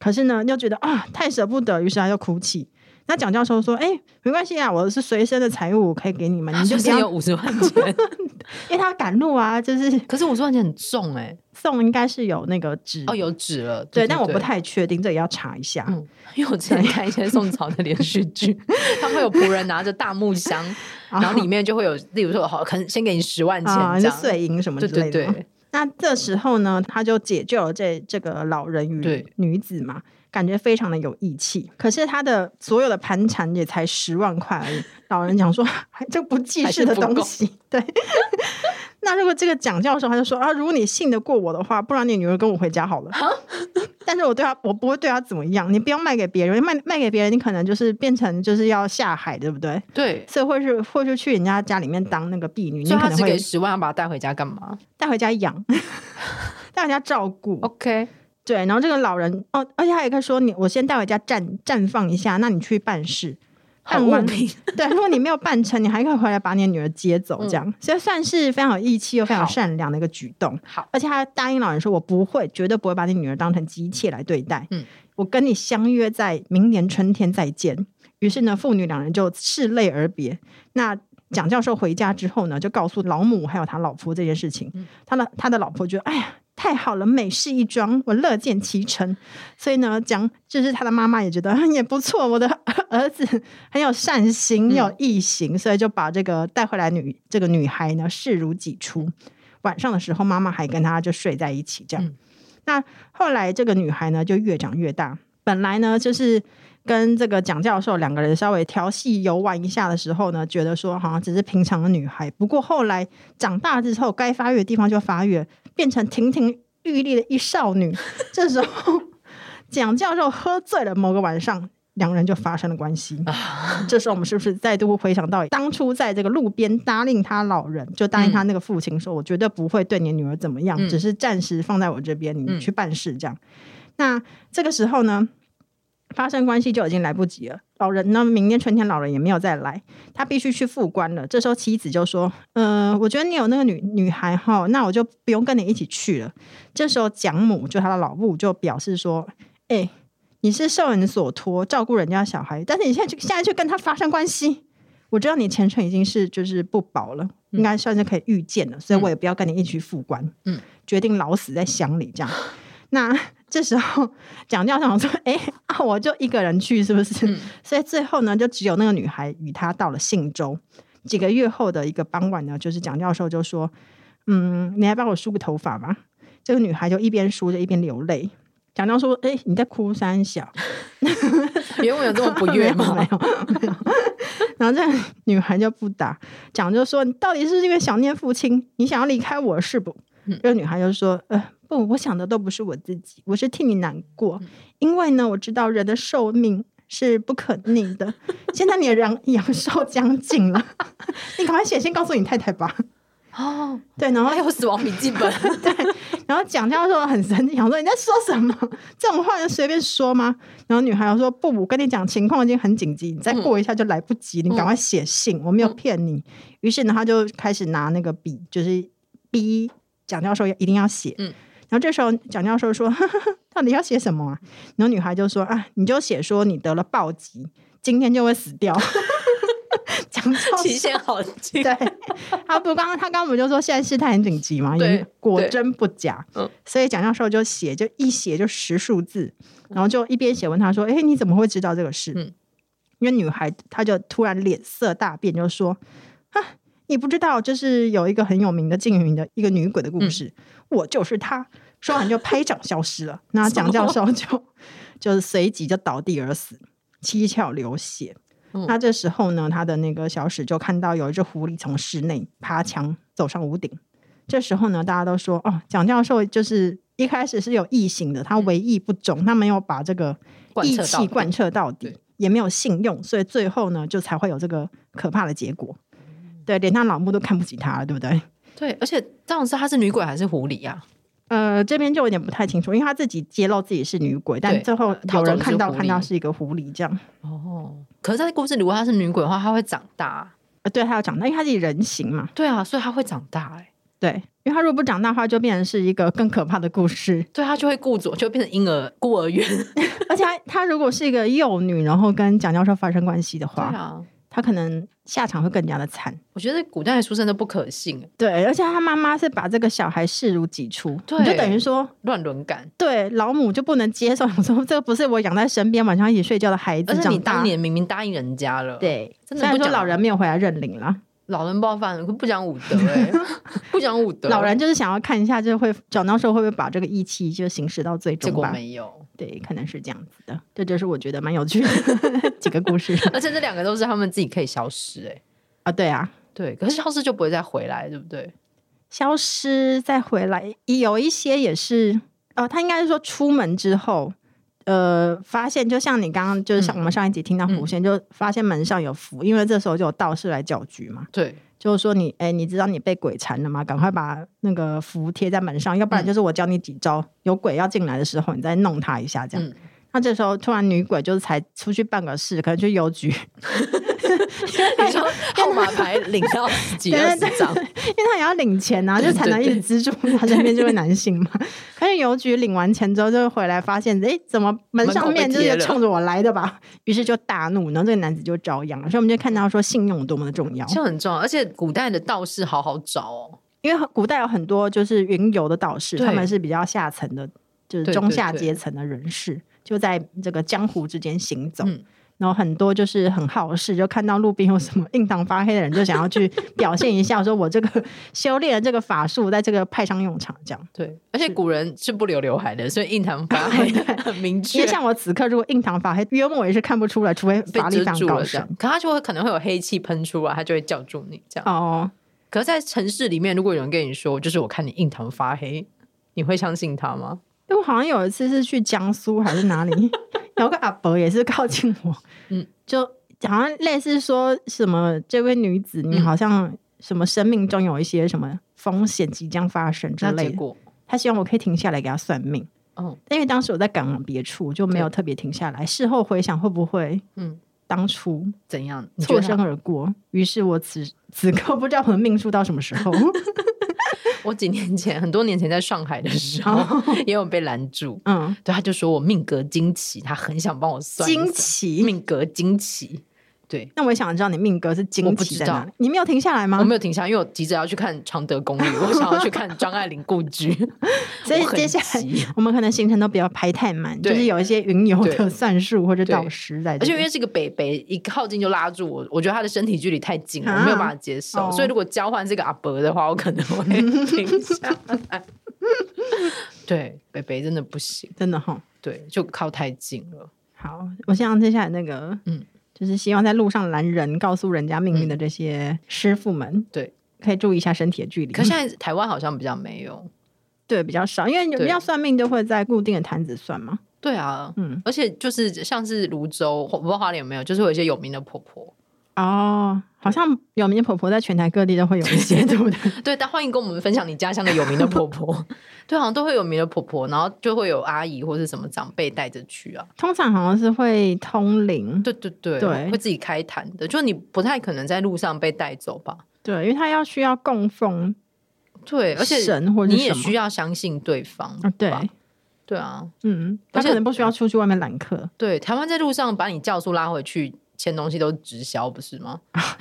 可是呢又觉得啊太舍不得，于是他就哭泣。那蒋教授说：“哎、没关系啊，我是随身的财物，我可以给你们，你
你就
就不
是
要，
啊有五十万
*laughs*
钱，
因为他赶路啊，就是
可是五十万钱很重哎、
送应该是有那个纸
哦，有纸了，
对
对，
但我不
对。
太确定，这也要查一下。
嗯，因为我之前看一些宋朝的连续剧， *laughs* 他会有仆人拿着大木箱，然后里面就会有，例如说，好，可能先给你十万钱
啊，
这
就
样，
碎银什么之
对
类的
对
嘛。
对，
那这时候呢，他就解救了这这个老人与
对
女子嘛，感觉非常的有义气。可是他的所有的盘缠也才十万块而已，老人讲说 *laughs* 还这不济事的东西，对。 *laughs* 那如果这个蒋教授他就说啊，如果你信得过我的话，不然你女儿跟我回家好了。
啊
*laughs* 但是我对他，我不会对他怎么样。你不要卖给别人，卖卖给别人，你可能就是变成就是要下海，对不对？
对，
所以或是或是去人家家里面当那个婢女，你
所以
可
他
能
只
会
给十万，要把他带回家干嘛
带回家
*laughs*
养，带回家照顾。
？OK，
对，然后这个老人哦，而且还有一个说你，我先带回家绽绽放一下，那你去办事。
很
办
物
完，
品，
*laughs* 对，如果你没有办成，你还可以回来把你的女儿接走，
嗯
这样，所以算是非常有义气又非常
好
善良的一个举动。
好，
而且他答应老人说，我不会，绝对不会把你女儿当成姬妾来对待。
嗯，
我跟你相约在明年春天再见。于是呢，父女两人就拭泪而别。那蒋教授回家之后呢，就告诉老母还有他老婆这件事情。他的他的老婆觉得，哎呀，太好了，美事一桩，我乐见其成。所以呢，蒋就是他的妈妈也觉得嗯也不错，我的儿子很有善心，很有义行，所以就把这个带回来女这个女孩呢视如己出。晚上的时候，妈妈还跟她就睡在一起，这样。
嗯
那后来这个女孩呢，就越长越大，本来呢，就是跟这个蒋教授两个人稍微调戏游玩一下的时候呢，觉得说好像只是平常的女孩。不过后来长大之后，该发育的地方就发育了，变成亭亭玉立的一少女。这时候，蒋教授喝醉了，某个晚上。两人就发生了关系，这时候我们是不是再度回想到当初在这个路边答应他老人，就答应他那个父亲说：“我绝对不会对你女儿怎么样，
嗯
只是暂时放在我这边，你
嗯
去办事。”这样，那这个时候呢，发生关系就已经来不及了。老人呢，明年春天老人也没有再来，他必须去副官了。这时候妻子就说：“呃，我觉得你有那个女女孩哈，那我就不用跟你一起去了。”这时候蒋母就他的老母就表示说：“哎、你是受人所托照顾人家小孩，但是你现在去现在去跟他发生关系，我知道你前程已经是就是不保了，应该算是可以预见了，所以我也不要跟你一起副官，
嗯，
决定老死在乡里这样。那这时候蒋教授想说，哎、啊，我就一个人去是不是？
嗯
所以最后呢，就只有那个女孩与他到了信州。几个月后的一个傍晚呢，就是蒋教授就说，嗯，你来帮我梳个头发吧。这个女孩就一边梳着一边流泪。蒋教授说：“哎、你在哭三小？”
原文有
*laughs*
这么不悦吗
没？有，没有。没有 *laughs* 然后这个女孩就不打，讲就说你到底是因为想念父亲，你想要离开我是不？
嗯
这个女孩就说，呃，不，我想的都不是我自己，我是替你难
嗯
过，因为呢，我知道人的寿命。是不可逆的。现在你的阳 *laughs* 阳寿将近了，你赶快写信告诉你太太吧。
哦，
对，然后
还有死亡笔记 *laughs* 本，
*laughs* 然后蒋教授很生气，想说你在说什么？这种话能随便说吗？然后女孩又说不，我跟你讲，情况已经很紧急，你再过一下就来不及，你赶快写信，我没有骗你。于是呢，他就开始拿那个笔，就是逼蒋教授一定要写。
嗯
然后这时候蒋教授说呵 *laughs* 呵呵：“到底要写什么啊？”然后女孩就说：“啊，你就写说你得了暴疾，今天就会死掉。” *laughs* 蒋教授
期限好近。
对，
*laughs*
他不刚刚他刚刚不就说现在事态很紧急嘛？
对
也果
对
真不假。
嗯
所以蒋教授就写，就一写就十数字，然后就一边写问他说：“哎、你怎么会知道这个事？”
嗯
因为女孩她就突然脸色大变，就说：“啊，你不知道，就是有一个很有名的缙云的一个女鬼的故
嗯
事，我就是她。”说完就拍掌消失了。
*laughs*
那蒋教授就就是随即就倒地而死，七窍流血。
嗯
那这时候呢，他的那个小史就看到有一只狐狸从室内爬墙走上屋顶。这时候呢，大家都说哦，蒋教授就是一开始是有异行的，他为义不忠，他没有把这个
嗯贯
义
彻到
气
底
贯彻到底
对，
也没有信用，所以最后呢，就才会有这个可怕的结果。
嗯
对，连他老母都看不起他了，对不对？
对，而且当时她是女鬼还是狐狸啊呀、
呃，这边就有点不太清楚，因为他自己揭露自己是女鬼，但
对
最后有人看到
逃走的是狐狸
看到是一个狐狸这样。
哦，可是，在故事里，如果她是女鬼的话，她会长大。
呃，对，他要长大，因为他自己人形嘛，
对啊，所以她会长大、欸。
对，因为他如果不长大的话，就变成是一个更可怕的故事。
对，啊她就会顾左，就变成婴儿孤儿院。
而且他他如果是一个幼女，然后跟蒋教授发生关系的
对
话，
啊，
他可能下场会更加的惨。
我觉得古代的书生都不可信，
对，而且他妈妈是把这个小孩视如己出，
对
你就等于说，
乱伦感。
对老母就不能接受，想说这个不是我养在身边晚上一起睡觉的孩子
而且
长
你
大。
当年明明答应人家了，，
对，
真的
虽然
不
说
讲
老人没有回来认领了，
老人包饭不讲武德、 *laughs* 欸，不讲武德，
老人就是想要看一下，就会蒋教授会不会把这个义气就行使到最
结
终
果
吧？
没有。
对，可能是这样子的。这就是我觉得蛮有趣的 *laughs* 几个故事
而且这两个都是他们自己可以消失、欸，
啊。对啊，
对，可是消失就不会再回来，对不对？
消失再回来，有一些也是，呃，他应该是说出门之后，呃，发现就像你刚刚就是像
嗯
我们上一集听到狐仙，就发现门上有符，因为这时候就有道士来搅局嘛，
对，
就是说你，哎，你知道你被鬼缠了吗？赶快把那个符贴在门上，要不
嗯
然就是我教你几招，有鬼要进来的时候，你再弄他一下，这样。
嗯
那这时候突然女鬼就是才出去办个事，可能去邮局，
*laughs* 你说号码牌领到几二十 *laughs* 张，
*laughs* 因为他也要领钱啊，就才能一直资助他身边这位男性嘛。而且邮局领完钱之后，就回来发现，哎，怎么门上面就是冲着我来的吧？于是就大怒，然后这个男子就遭殃了。所以我们就看到说，信用有多么的重要。
这很重要。而且古代的道士好好找哦，
因为古代有很多就是云游的道士，
对
他们是比较下层的，就是
对
中下
对对
阶层的人士，就在这个江湖之间行走。
嗯
然后很多就是很好事，就看到路边有什么印堂发黑的人，就想要去表现一下，说我这个修炼的这个法术在这个派上用场，这样。
对，而且古人是不留刘海的，所以印堂 *laughs* 发黑很明
因
确
为。像我此刻如果印堂发黑，约莫也是看不出来，除非
被
法力
遮
非常
住
高
了，这
深
样。，可他就会可能会有黑气喷出啊来，他就会叫住你这样。
哦，
可是在城市里面，如果有人跟你说，就是我看你印堂发黑，你会相信他吗？
因为我好像有一次是去江苏还是哪里， *laughs* 有个阿伯也是靠近我，
嗯
嗯， *laughs* 就好像类似说什么这位女子，你
嗯
好像什么生命中有一些什么风险即将发生之
那
类
结
的，
果，
他希望我可以停下来给他算命。
嗯
因为当时我在赶往别处，就没有
对
特别停下来。事后回想，会不会
嗯，
当初
怎样？你觉
错
得他
身而过？于是我此此刻不知道我的命数到什么时
*laughs*
候。
我几年前， *laughs* 很多年前在上海的时候， *laughs* 也有被拦住。
嗯，
对，他就说我命格惊奇，他很想帮我算一算
惊奇。
命格惊奇。对，
那我也想知道你命格是
我
惊
不
奇
知
在
道
哪里？你没有停下来吗？
我没有停下，因为我急着要去看常德公寓，我想要去看张爱玲故居，
*laughs* 所以
我很
接下
急
*laughs* 来我们可能行程都不要排太满，
对
就是有一些云游
对
的算术或者
对
导师在这
而且
里。
因为这个北北一靠近就拉住我，我觉得他的身体距离太近了，
啊
我没有办法接受。
哦
所以如果交换这个阿伯的话，我可能会停下来。对，北北真的不行，
真的哈，
对，就靠太近了。
好，我想接下来那个，
嗯
嗯，就是希望在路上拦人、告诉人家命运的这些师傅们，
对，
可以注意一下身体的距离。 *laughs*
可现在台湾好像比较没有，
对比较少，因为
对
人家算命都会在固定的摊子算嘛。
对啊，
嗯，
而且就是像是泸州，我不知道花莲有没有，就是会有一些有名的婆婆，
哦，好像有名的婆婆在全台各地都会有一些，对
*laughs*
不对？
对，但欢迎跟我们分享你家乡的有名的婆婆， *laughs* 对，好像都会有名的婆婆，然后就会有阿姨或是什么长辈带着去啊，
通常好像是会通灵，
对对对，
对
会自己开坛的，就你不太可能在路上被带走吧？
对，因为他要需要供奉，
对，而且
神或者
你
是
也
什么
需要相信对方吧
啊，对，
对啊，
嗯，
而
他
且
可能不需要出去外面揽客，
对，台湾在路上把你叫速拉回去。签东西都直销不是吗？
啊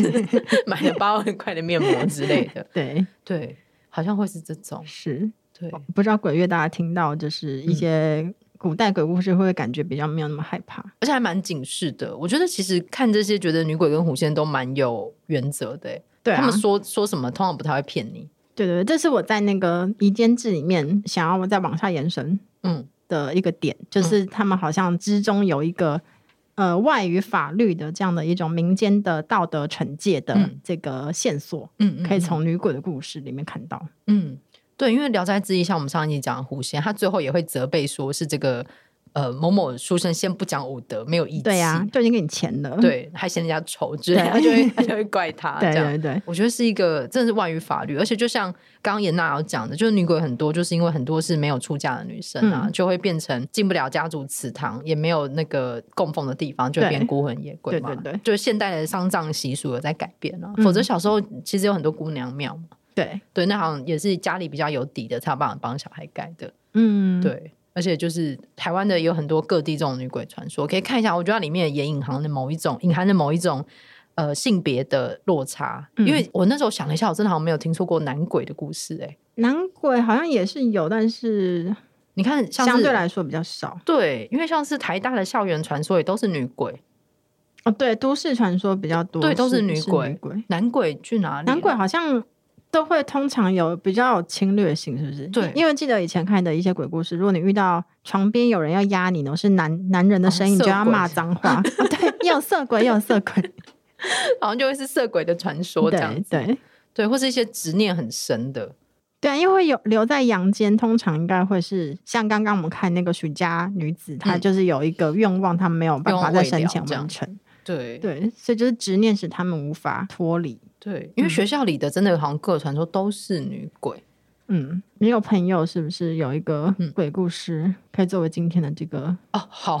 *laughs* 买了八万块的面膜之类的，
对，
对，好像会 *laughs* 是嗯这种。
是，
对，
不知道鬼月大家听到就是一些古代鬼故事，会不会感觉比较没有那么害怕？
而且还蛮警示的。我觉得其实看这些，觉得女鬼跟狐仙都蛮有原则的欸、
对
他
啊
们，说说什么，通常不太会骗你。
对对对，这是我在那个《夷坚志》里面想要再往下延伸
嗯，
的一个点，就是他们好像之中有一个。呃，外于法律的这样的一种民间的道德惩戒的
嗯
这个线索，
嗯
可以从女鬼的故事里面看到。
嗯，对，因为《聊斋志异》像我们上一集讲的狐仙，他最后也会责备说是这个呃某某书生先不讲武德，没有义气，
对呀、就已经给你钱了。
对，还嫌人家丑之类的，
对
他就会他就会怪他
*laughs* 对
这
对
样。
对，
我觉得是一个真的是外于法律，而且就像刚刚严娜有讲的，就是女鬼很多，就是因为很多是没有出嫁的女生啊，
嗯
就会变成进不了家族祠堂，也没有那个供奉的地方，就会
对
变孤魂野鬼嘛。
对对对
就是现代的丧葬习俗有在改变啊，
嗯
否则小时候其实有很多姑娘庙嘛。
对，
对，那好像也是家里比较有底的，才有办法帮小孩改的。
嗯，
对，而且就是台湾的也有很多各地这种女鬼传说，可以看一下。我觉得它里面也隐含的某一种，隐含的某一种呃性别的落差。
嗯
因为我那时候想了一下，我真的好像没有听说过男鬼的故事、欸。哎，
男鬼好像也是有，但是
你看，像是
相对来说比较少。
对，因为像是台大的校园传说也都是女鬼，
哦，对，都市传说比较多，
对都是
是
女鬼
女鬼，
男鬼去哪里？啊
男鬼，好像都会通常有比较有侵略性，是不是？
对
因为记得以前看的一些鬼故事，如果你遇到床边有人要压你呢，是男男人的声音，
哦
你就
色
要
鬼
骂脏话。哦 *laughs* 对，也有色鬼，也有色
*laughs*
鬼，
*laughs* 好像就会是色鬼的传说这样
对
子。
对
对，或是一些执念很深的。
对啊，因为有留在阳间，通常应该会是像刚刚我们看那个许家女子，她
嗯
就是有一个愿望，她没有办
愿
法
望
在
未
生
了
前
这样
完成。
对
对，所以就是执念使他们无法脱离。
对，因为
嗯
学校里的真的好像各传说都是女鬼。
嗯，你有朋友是不是有一个
嗯
鬼故事、可以作为今天的这个？
哦，好，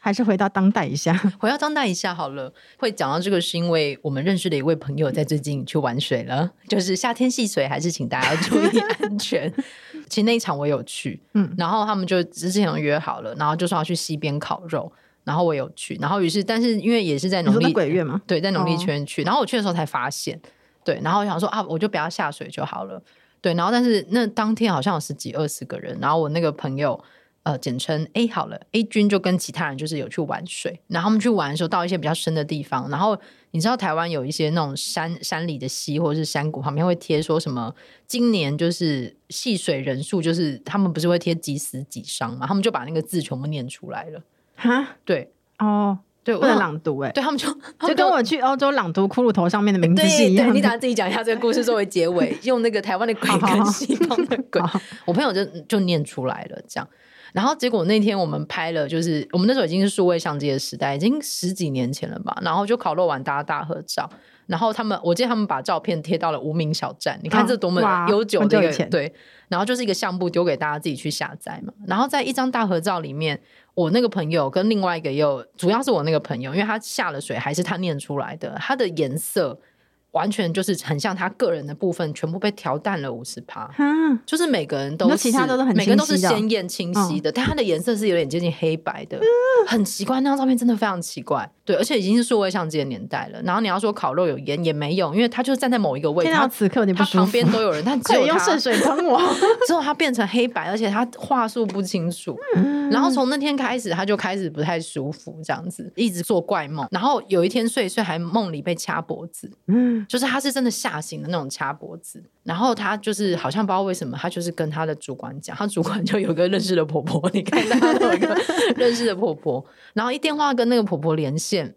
还是回到当代一下？
回到当代一下好了，会讲到这个是因为我们认识的一位朋友在最近去玩水了， *laughs* 就是夏天戏水，还是请大家注意安全。 *laughs* 其实那一场我有去，
嗯
然后他们就之前有约好了，然后就说要去溪边烤肉，然后我有去，然后于是但是因为也是在
你
农
说
历
的鬼月吗？
对，在农历
哦
圈去。然后我去的时候才发现，对，然后我想说啊，我就不要下水就好了。对，然后但是那当天好像有十几二十个人，然后我那个朋友。呃，简称 A 好了，A 君就跟其他人就是有去玩水，然后他们去玩的时候到一些比较深的地方，然后你知道台湾有一些那种山山里的溪或者是山谷旁边会贴说什么，今年就是戏水人数就是他们不是会贴几死几伤嘛，他们就把那个字全部念出来了，
哈
对
哦，
对，
不能
我
朗读哎、
对他们就
就跟我去欧洲朗读骷髅头上面的名字是
对
一
对，
样
你打
的。
算自己讲一下这个故事作为结尾，
*laughs*
用那个台湾的鬼
好好
跟
好
西方的鬼
好，
我朋友就就念出来了这样。然后结果那天我们拍了，就是我们那时候已经是数位相机的时代，已经十几年前了吧。然后就烤肉完，大家大合照。然后他们，我记得他们把照片贴到了无名小站，你看
啊
这多么
哇
悠久
很
的
久
一
以
个、
前
对。然后就是一个相簿丢给大家自己去下载嘛。然后在一张大合照里面，我那个朋友跟另外一个也有，主要是我那个朋友，因为他下了水还是他念出来的，他的颜色完全就是很像他个人的部分，全部被调淡了五十趴。
哈，
就是每个人
你
都
说
是，
其他都是很
每个人都是
清晰的嗯
鲜艳清晰的，但它的颜色是有点接近黑白的，很奇怪。那张照片真的非常奇怪，对，而且已经是数位相机的年代了。然后你要说烤肉有烟也没有，因为他就是站在某一个位置，
听到
他
此刻有点啊不
他
舒
旁
服
边。都有人，
*laughs*
但只
快
有
点用
他
圣水喷我！
之后他变成黑白，而且他话术不清楚。 *laughs* 然
嗯
后从那天开始，他就开始不太舒服，这样子一直做怪梦。然后有一天睡一睡，还梦里被掐脖子，
嗯，
就是他是真的吓醒的那种掐脖子。然后他就是好像不知道为什么，他就是跟他的主管讲，他主管就有个认识的婆婆，你看他有一个认识的婆婆，然后一电话跟那个婆婆连线。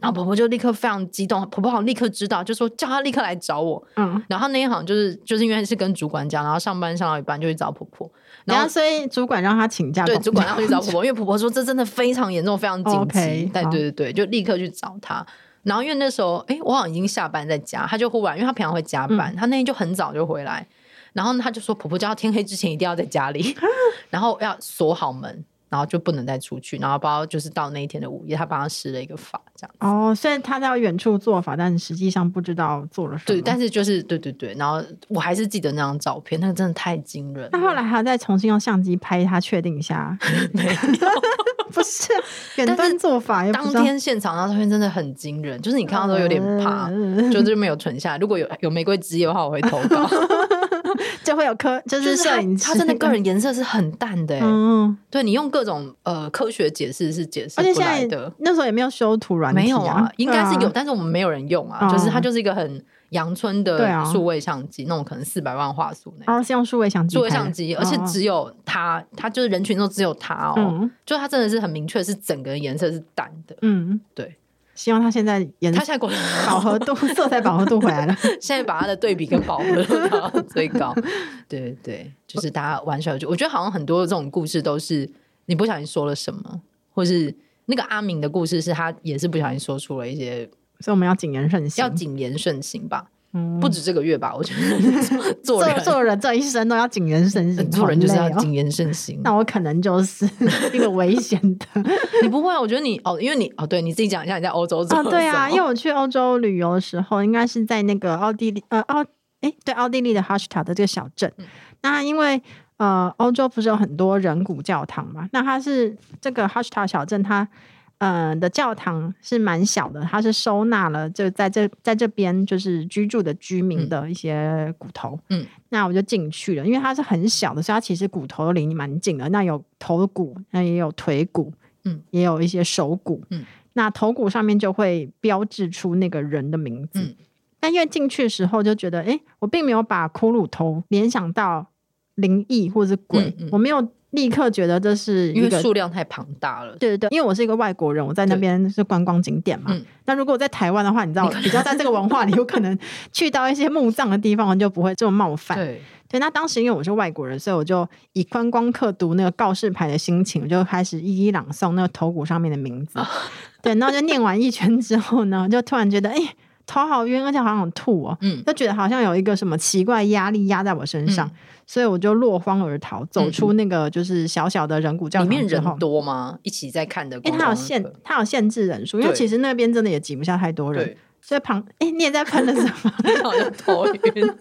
然后婆婆就立刻非常激动，婆婆好像立刻知道，就说叫她立刻来找我。
嗯，
然后那天好像就是就是因为是跟主管讲，然后上班上到一半就去找婆婆，
然
然
后
后
所以主管让他请假
对
工
主
作，
管要去找婆婆，因为婆婆说这真的非常严重，非常紧急
OK，
但
好
对对对，就立刻去找她。然后因为那时候哎，我好像已经下班在家，她就忽然因为她平常会加班，
嗯
她那天就很早就回来，然后她就说婆婆叫她天黑之前一定要在家里，
啊
然后要锁好门。然后就不能再出去，然后包括就是到那一天的午夜，她帮她施了一个法，这样。
哦，所以他在远处做法，但实际上不知道做了什么。
对，但是就是对对对，然后我还是记得那张照片，那个真的太惊人了。
那后来还要再重新用相机拍他，确定
*laughs*
一下。 *laughs* 不是远端做法，也不
当
知道
天现场那照片真的很惊人，就是你看到都有点怕， *laughs*
嗯
就是没有存下来。如果有有玫瑰之夜的话，我会投 *laughs* 稿。
*laughs* 就会有科，就
就是是他
摄影师
他真的个人颜色是很淡的、欸，
嗯，
对你用各种呃科学解释是解释
而且
不
现
来
在
的。
那时候也没有修图软体、
没有
啊
啊，，应该是
对
有，
啊
但是我们没有人用啊，
哦
就是它就是一个很阳春
对
的
啊
数位相机，那种可能四百万画素那种
哦，是用数位相机拍的，
数位相机，而且
哦
只有它，它就是人群中只有它哦，
嗯
就它真的是很明确，是整个颜色是淡的，
嗯，
对，
希望他现在颜
它现在果然
饱和度、色彩饱和度回来了。 *laughs*
现在把它的对比跟饱和度调到最高。对对对，就是大家玩耍，就我觉得好像很多这种故事都是你不小心说了什么，或是那个阿明的故事是他也是不小心说出了一些
所以我们要谨言慎行，
要谨言慎行吧，
嗯
不止这个月吧，我觉得做
做
人
做人这一生都要谨言慎行，
做人就是要
好累哦
谨言慎行。
那我可能就是 *laughs* 一个危险的
你不会啊？我觉得你哦，因为你哦，对你自己讲一下你在欧洲做
啊，
了
对啊，
什么
因为我去欧洲旅游的时候，应该是在那个奥地利，呃，奥诶，对，奥地利的 h a s t a 的这个小镇。
嗯
那因为呃，欧洲不是有很多人骨教堂嘛？那它是这个 h a s t a 小镇，它呃的教堂是蛮小的，它是收纳了就在这在这边就是居住的居民
嗯
的一些骨头。
嗯，
那我就进去了，因为它是很小的，所以它其实骨头离你蛮近的。那有头骨，那也有腿骨，
嗯，
也有一些手骨，
嗯。
那头骨上面就会标志出那个人的名字。
嗯
但因为进去的时候就觉得，诶，我并没有把骷髅头联想到灵异或是鬼，
嗯嗯
我没有立刻觉得这是
因
一
为
个
数量太庞大了，
对对对，因为我是一个外国人，我在那
对
边是观光景点嘛
嗯。
那如果我在台湾的话，你知道，比较在这个文化里，有可能去到一些墓葬的地方，我就不会这么
*laughs*
冒犯。
对，
对，那当时因为我是外国人，所以我就以观光客读那个告示牌的心情，我就开始一一朗诵那个头骨上面的名
哦
字。对，然后就念完一圈之后呢，就突然觉得，哎、头好晕，而且好想吐哦，
嗯
就觉得好像有一个什么奇怪压力压在我身上，所以我就落荒而逃，走出那个就是小小的人骨
嗯
教
里
堂
面
之
人
后。
多吗？一起在看的
因
观
为
光
它
客，
有限，它有限制人数，因为
对
其实那边真的也挤不下太多人
对，，
所以旁哎、你也在喷了什么？
好像头晕。
*laughs*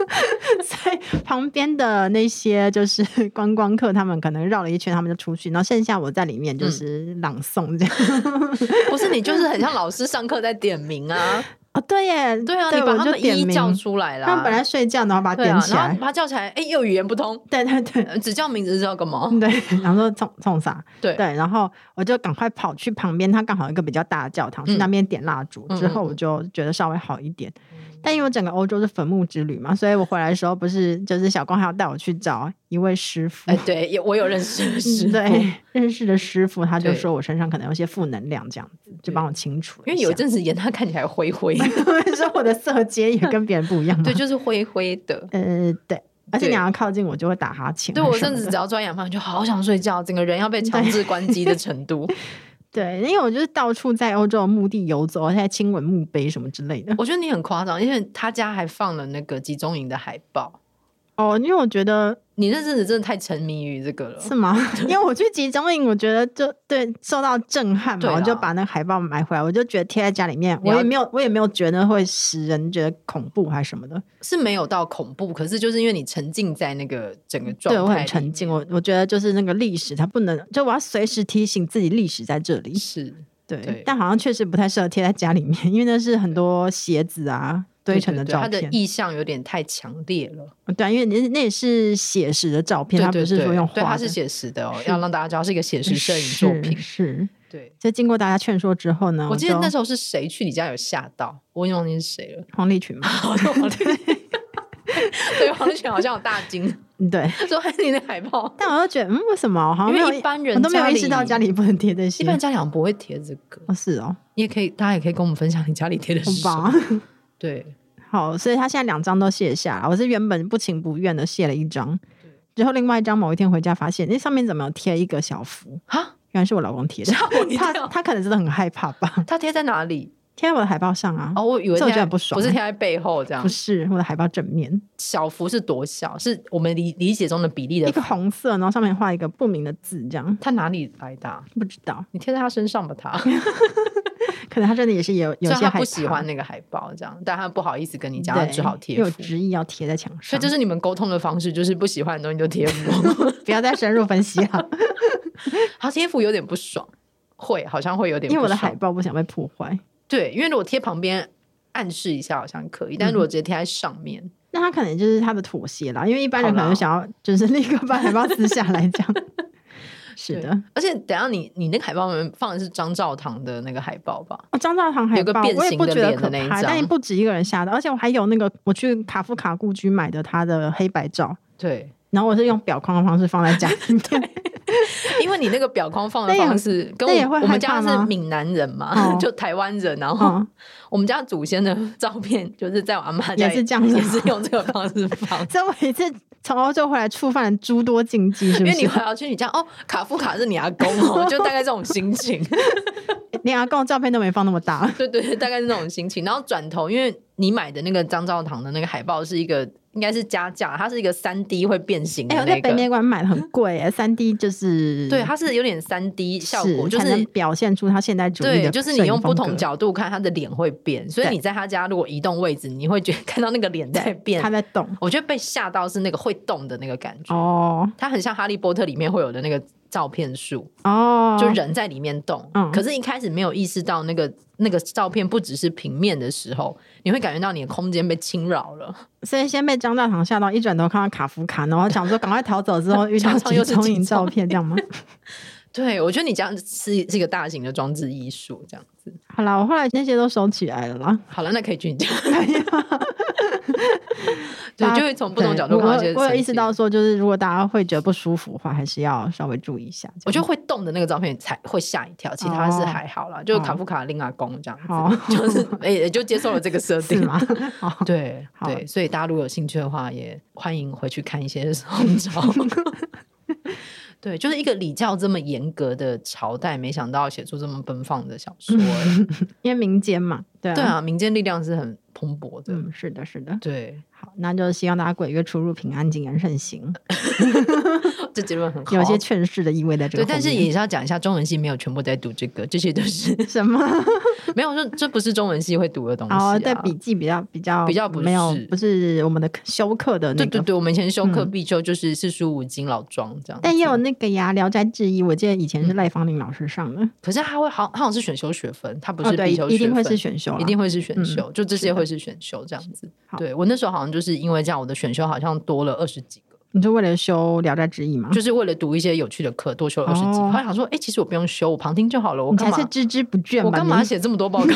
在旁边的那些就是 *laughs* 观光客，他们可能绕了一圈，他们就出去，然后剩下我在里面
嗯 *laughs*
就是朗诵这样。 *laughs*
不是你，就是很像老师上课在点名啊。
哦，对耶，
对啊，你把
我
他
就
们一
点
一
名
叫出来啦。
他们本来睡觉，然后把它
对
点
啊，
起
然后
来，
把他叫起来，哎，又语言不通，
*laughs* 对对对
呃哦只叫名字知道干嘛？
对，然后说冲冲啥？
对
嗯对，然后我就赶快跑去旁边，它刚好有一个比较大的教堂，去
嗯
那边点蜡烛。
嗯
之
嗯
后我就觉得稍微好一点，但因为我整个欧洲是坟墓之旅嘛，所以我回来的时候不是就是小光还要带我去找一位师傅
哎，。对，也我有认识的 *laughs* 师
嗯
傅，
对，认识的师傅他就
对
说我身上可能有些负能量，这样子就帮我清除了
因
下。
为
*laughs*
有一阵子演他看起来灰灰，
说我的色阶也跟别人不一样
*laughs*
嘛。
对，就是灰灰的。
呃对，而且
对
你要靠近我就会打哈欠。啊
对我
甚
甚至只要专养饭，就好想睡觉，整个人要被强制关机的程
*laughs*
度。
对，因为我就是到处在欧洲的墓地游走，而且还亲吻墓碑什么之类
*laughs*
的。
我觉得你很夸张，因为他家还放了那个集中营的海报。
哦，因为我觉得
你那阵子真的太沉迷于这个了，*laughs*
是吗？因为我去集中营，我觉得就对受到震撼
对
嘛，我就
啦
把那个海报买回来，我就觉得贴在家里面，
你
我
要
也没有，我也没有觉得会使人觉得恐怖还是什么的。
是没有到恐怖，可是就是因为你沉浸在那个整个状
嗯对
态，
我很沉浸，。我我觉得就是那个历史，它不能就我要随时提醒自己历史在这里。
是，
对，
对
但好像确实不太适合贴在家里面，因为那是很多鞋子啊堆成的
对对对
照
他
片。
的意象有点太强烈了。
对啊，因为那那也是写实的照片，
对
它
对
不是
对，
说用
对，
画
它是。
的
写实的
*laughs*
哦，
是
要让大家知道是一个写实摄影作品。
是，是
对，
就经过大家劝说之后呢，
我记得那时
候
候是谁去你家有吓到，我已经忘记是谁了。
黄立群嘛，
好像黄 *laughs* 立对黄立群好像有大惊，*laughs*
嗯对，
说哎你的海报，
但我就觉得，嗯，为什么我好像没
因
有
为一般人
我都没有
家
意
里
识到家里不能贴这些
一，般家长不会贴这个。
哦是哦，
你也可以，大家也可以跟我们分享你家里贴的是
很
什
棒
么。，对，
好，所以他现在两张都卸下了，我是原本不情不愿的卸了一张，之后另外一张某一天回家发现，那上面怎么有贴一个小福？
啊，
原 *laughs* 来是我老公贴的，
吓我一
他
跳。
他可能真的很害怕吧，
他贴在哪里？
贴在我的海报上啊，
哦，我以为
这
贴
我觉得
在
很不爽
不是
欸
贴在背后这样
不。是我的海报正面，
小幅是多小？是我们理理解中的比例
一
的
个。红色，然后上面画一个不明的字，这样
他哪里来的啊？
不知道，
你贴在他身上吧，他。 *laughs*
可能他真的也是有有
虽
些
然他
害
不喜
怕
欢那个海报这样，但他不好意思跟你讲，他
对，
只好贴
因为我
符。
执意要贴在墙
所
上，
以这是你们沟通的方式，就是不喜欢的东西就贴 *laughs* 符。
不要再深入分
*laughs*
析了，
他贴符有点不爽，会好像会有点
因为我的
不爽
海报不想被破坏。
对，因为如果贴旁边暗示一下好像可以，但如果直接贴在上面，
那他可能就是他的妥协啦，因为一般人
好
可
啦
能就想要就是立刻把海报撕下来这样。 *laughs* 是的，
而且等一下你你那个海报们放的是张兆堂的那个海报吧？
哦，张兆堂海
有个
报
变
我也
形
不
的
觉得
脸的
可
那一
怕，但
张
也不止一个人吓到，而且我还有那个我去卡夫卡故居买的他的黑白照，
对，
然后我是用裱框的方式放在家里面，
因为你那个表框放的
那也
方式跟
那也
我
会
我们
害怕
家
吗
是闽南人嘛，*laughs*
哦
就台湾人，然后
嗯，
我们家祖先的 *laughs* 照片就是在我阿妈家
也
里
是这样子啊
也
吗。
是用这个方式放
*laughs* 所以我每次从欧洲回来触犯了诸多禁忌，是
因
不
为你
是？
回来去你家哦，卡夫卡是你阿公哦，就大概这种心情， *laughs*
连阿公的照片都没放那么大，
对对，对大概是那种心情。然后转头，因为你买的那个张兆堂的那个海报是一个，应该是加价，它是一个三 D 会变形
哎、
的
我在
那
北美
个，
馆买的很贵哎、三 D 就是
对，它是有点三 D 效果，就
才能
是
表现出他现代主义
对，
的，
就是你用不同。角度看他的脸会变，所以
对
你在他家如果移动位置，你会觉得看到那个脸在变
他。在动
我觉得被吓到是那个会动的那个感觉，
哦
它很像《哈利波特》里面会有的那个照片树，
哦，
就人在里面动。
嗯
可是，一开始没有意识到那个那个照片不只是平面的时候，你会感觉到你的空间被侵扰了。
所以先被张大堂吓到，一转头看到卡夫卡，然后想说赶快逃走，之后
*laughs*
遇到
墙上又
集
是
中
集
营
中
照片，这样吗？ *laughs*
对，我觉得你这样是是一个大型的装置艺术，这样子。
好啦，我后来那些都收起来了啦。
好了，那可以去你
*laughs*
家，
大
*laughs* 对，
家
就会从不同角度
对
看到一些
我我有
神
意识
奇
到说，就是如果大家会觉得不舒服的话，还是要稍微注意一下。
我觉得会动的那个照片才会吓一跳，其他是还好啦，就是卡夫卡令阿公这样子，
哦
*laughs* 就是也、也就接受了这个设
是
定。 *laughs*
吗？
哦
*laughs* 好
对
好
对，所以大家如果有兴趣的话，也欢迎回去看一些
*laughs*
宋朝。对，就是一个礼教这么严格的朝代，没想到写出这么奔放的小
*laughs*
说、欸。
因为民间嘛，对啊
对，啊，民间力量是很蓬勃的。
嗯，是的，是的。
对，
好，那就是希望大家鬼月出入平安，谨言慎行，
这结论很好。
有一些劝世的意味在这
对，
个后
但
面。
是也是要讲一下，中文系没有全部在读这个，这些都是
*laughs*
*laughs*
什么？
没有，这这不是中文系会读的东西、啊。
哦，对，笔记比较比较
比较不
没有
是
不是我们的修课的
对
那个
对对，我们以前修课
嗯
必修就是四书五经老庄这样子，
但也有那个呀，《聊斋志异》，我记得以
嗯
前是赖芳林老师上的，
可是他会好，他好像是选修学分，他不
哦，
是
对，
必修学分，
一定会是选修啦，啊嗯
一定会是选修，就这些会是选修这样子
好。
对我那时候好像就是因为这样，我的选修好像多了二十几个，
你就为了修《聊斋志异》吗？
就是为了读一些有趣的课，多修了二十几个。
嗯哦
后来想说，哎，其实我不用修，我旁听就好了，我
你才
干
是
嘛？
孜孜不倦吧？
我干嘛
你
写这么多报
*laughs*
告？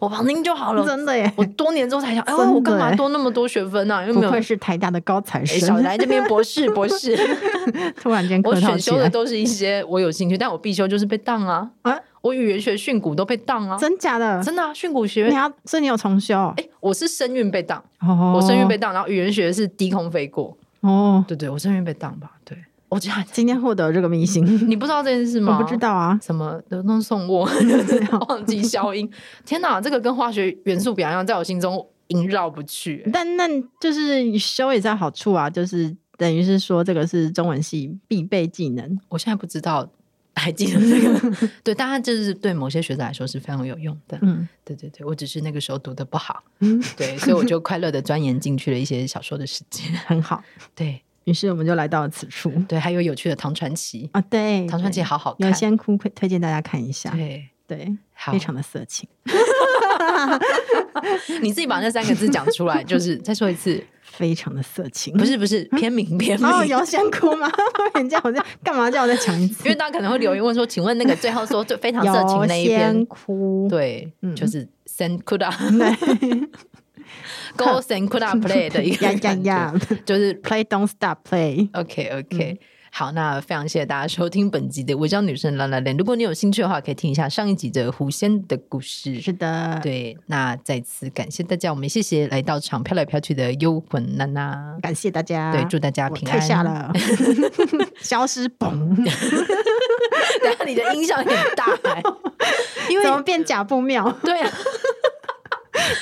我旁听就好了。
真的耶，
我多年之后才想，哎，
真的
我干嘛
欸
多那么多学分呢、啊？因为
不
没有
愧是台大的高材
哎小
生，
来这边博士，博士。
*laughs* 突然间
我
客套
选
起
修的
来，
都是一
*laughs*
些我有兴趣，但我必修就是被当啊！
啊
我语言学训诂都被当啊！
真假的？
真的啊，训诂学
你，要，所以你有重修？
哎、我是声韵被当，
哦，
我声韵被当，然后语言学是低空飞过，
哦，
对对，我声韵被当吧，对，我这样，
今天获得这个明星，
你不知道这件事
我
吗？
不知。道啊，
什么流动送我，忘记消音。天哪，这个跟化学元素表一样，在我心中萦绕不去、哎
但那就是修也是有好处啊，就是等于是说这个是中文系必备技能，
我现在不知道，还记得这
*laughs*
个？对，当然就是对某些学者来说是非常有用的。
嗯，
对对对，我只是那个时候读的不好， *laughs* 对，所以我就快乐的钻研进去了一些小说的世界。 *laughs*
很好。
对
于是我们就来到了此处
对，还有有趣的唐传奇，
啊，对，
《唐传奇
对
好好看，
有仙窟推推荐大家看一下，
对，
对，
好
非，常的色情。
你自己把那三个字讲出来，就是再说一
*laughs*
次，
非常的色情， *laughs*
不是不是片名片名，
嗯哦，有仙窟吗？ *laughs* 人家我在干嘛叫我再讲一
*laughs*
次
因？为大家可能会留言问说，请问那个最后说最非常色情那一
仙
篇，
窟，
对，
嗯
就是 Send Could a
对
*laughs* Go Send
*laughs*
Could a Play 的一个
呀呀
感觉
呀
就是
，Play don't stop play。
OK OK，、好，
嗯
那非常谢谢大家收听本集的《我叫女生啦啦恋》。如果你有兴趣的话，可以听一下上一集的狐仙的故事。
是的，
对，那再次感谢大家，我们谢谢来到场飘来飘去的幽魂娜娜。
感谢大家。
对，祝大家
啊我
平
退
安。*laughs*
下，了， *laughs* 消失嘣，
然后啊你的音响很大、
*laughs*
欸，因为
怎么变假不妙？
对啊，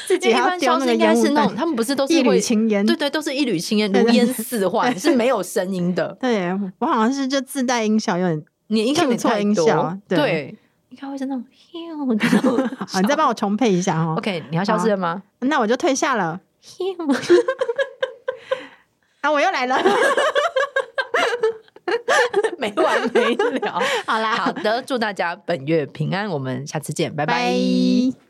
自
因
己
为一
还要
般
丢
消
那
失
个
应该
烟雾
是那种，
弹，
他们不是都
一
是
缕
会。
青烟。
对对，都是一缕青烟，
对
如
对
烟似幻，是没有声音的。
对，我好像是就自带音效，有点。
你应该没
听错
太
音
多
效啊对
对，应该会是那种咻
*laughs*
的。
啊好，你再帮我重配一下哦。
OK，你要消失了吗？
那我就退下了。啊，我又来了。
*laughs* 没完没了。
*laughs* 好啦， *laughs*
好的，祝大家本月平安，我们下次见，拜拜。
拜。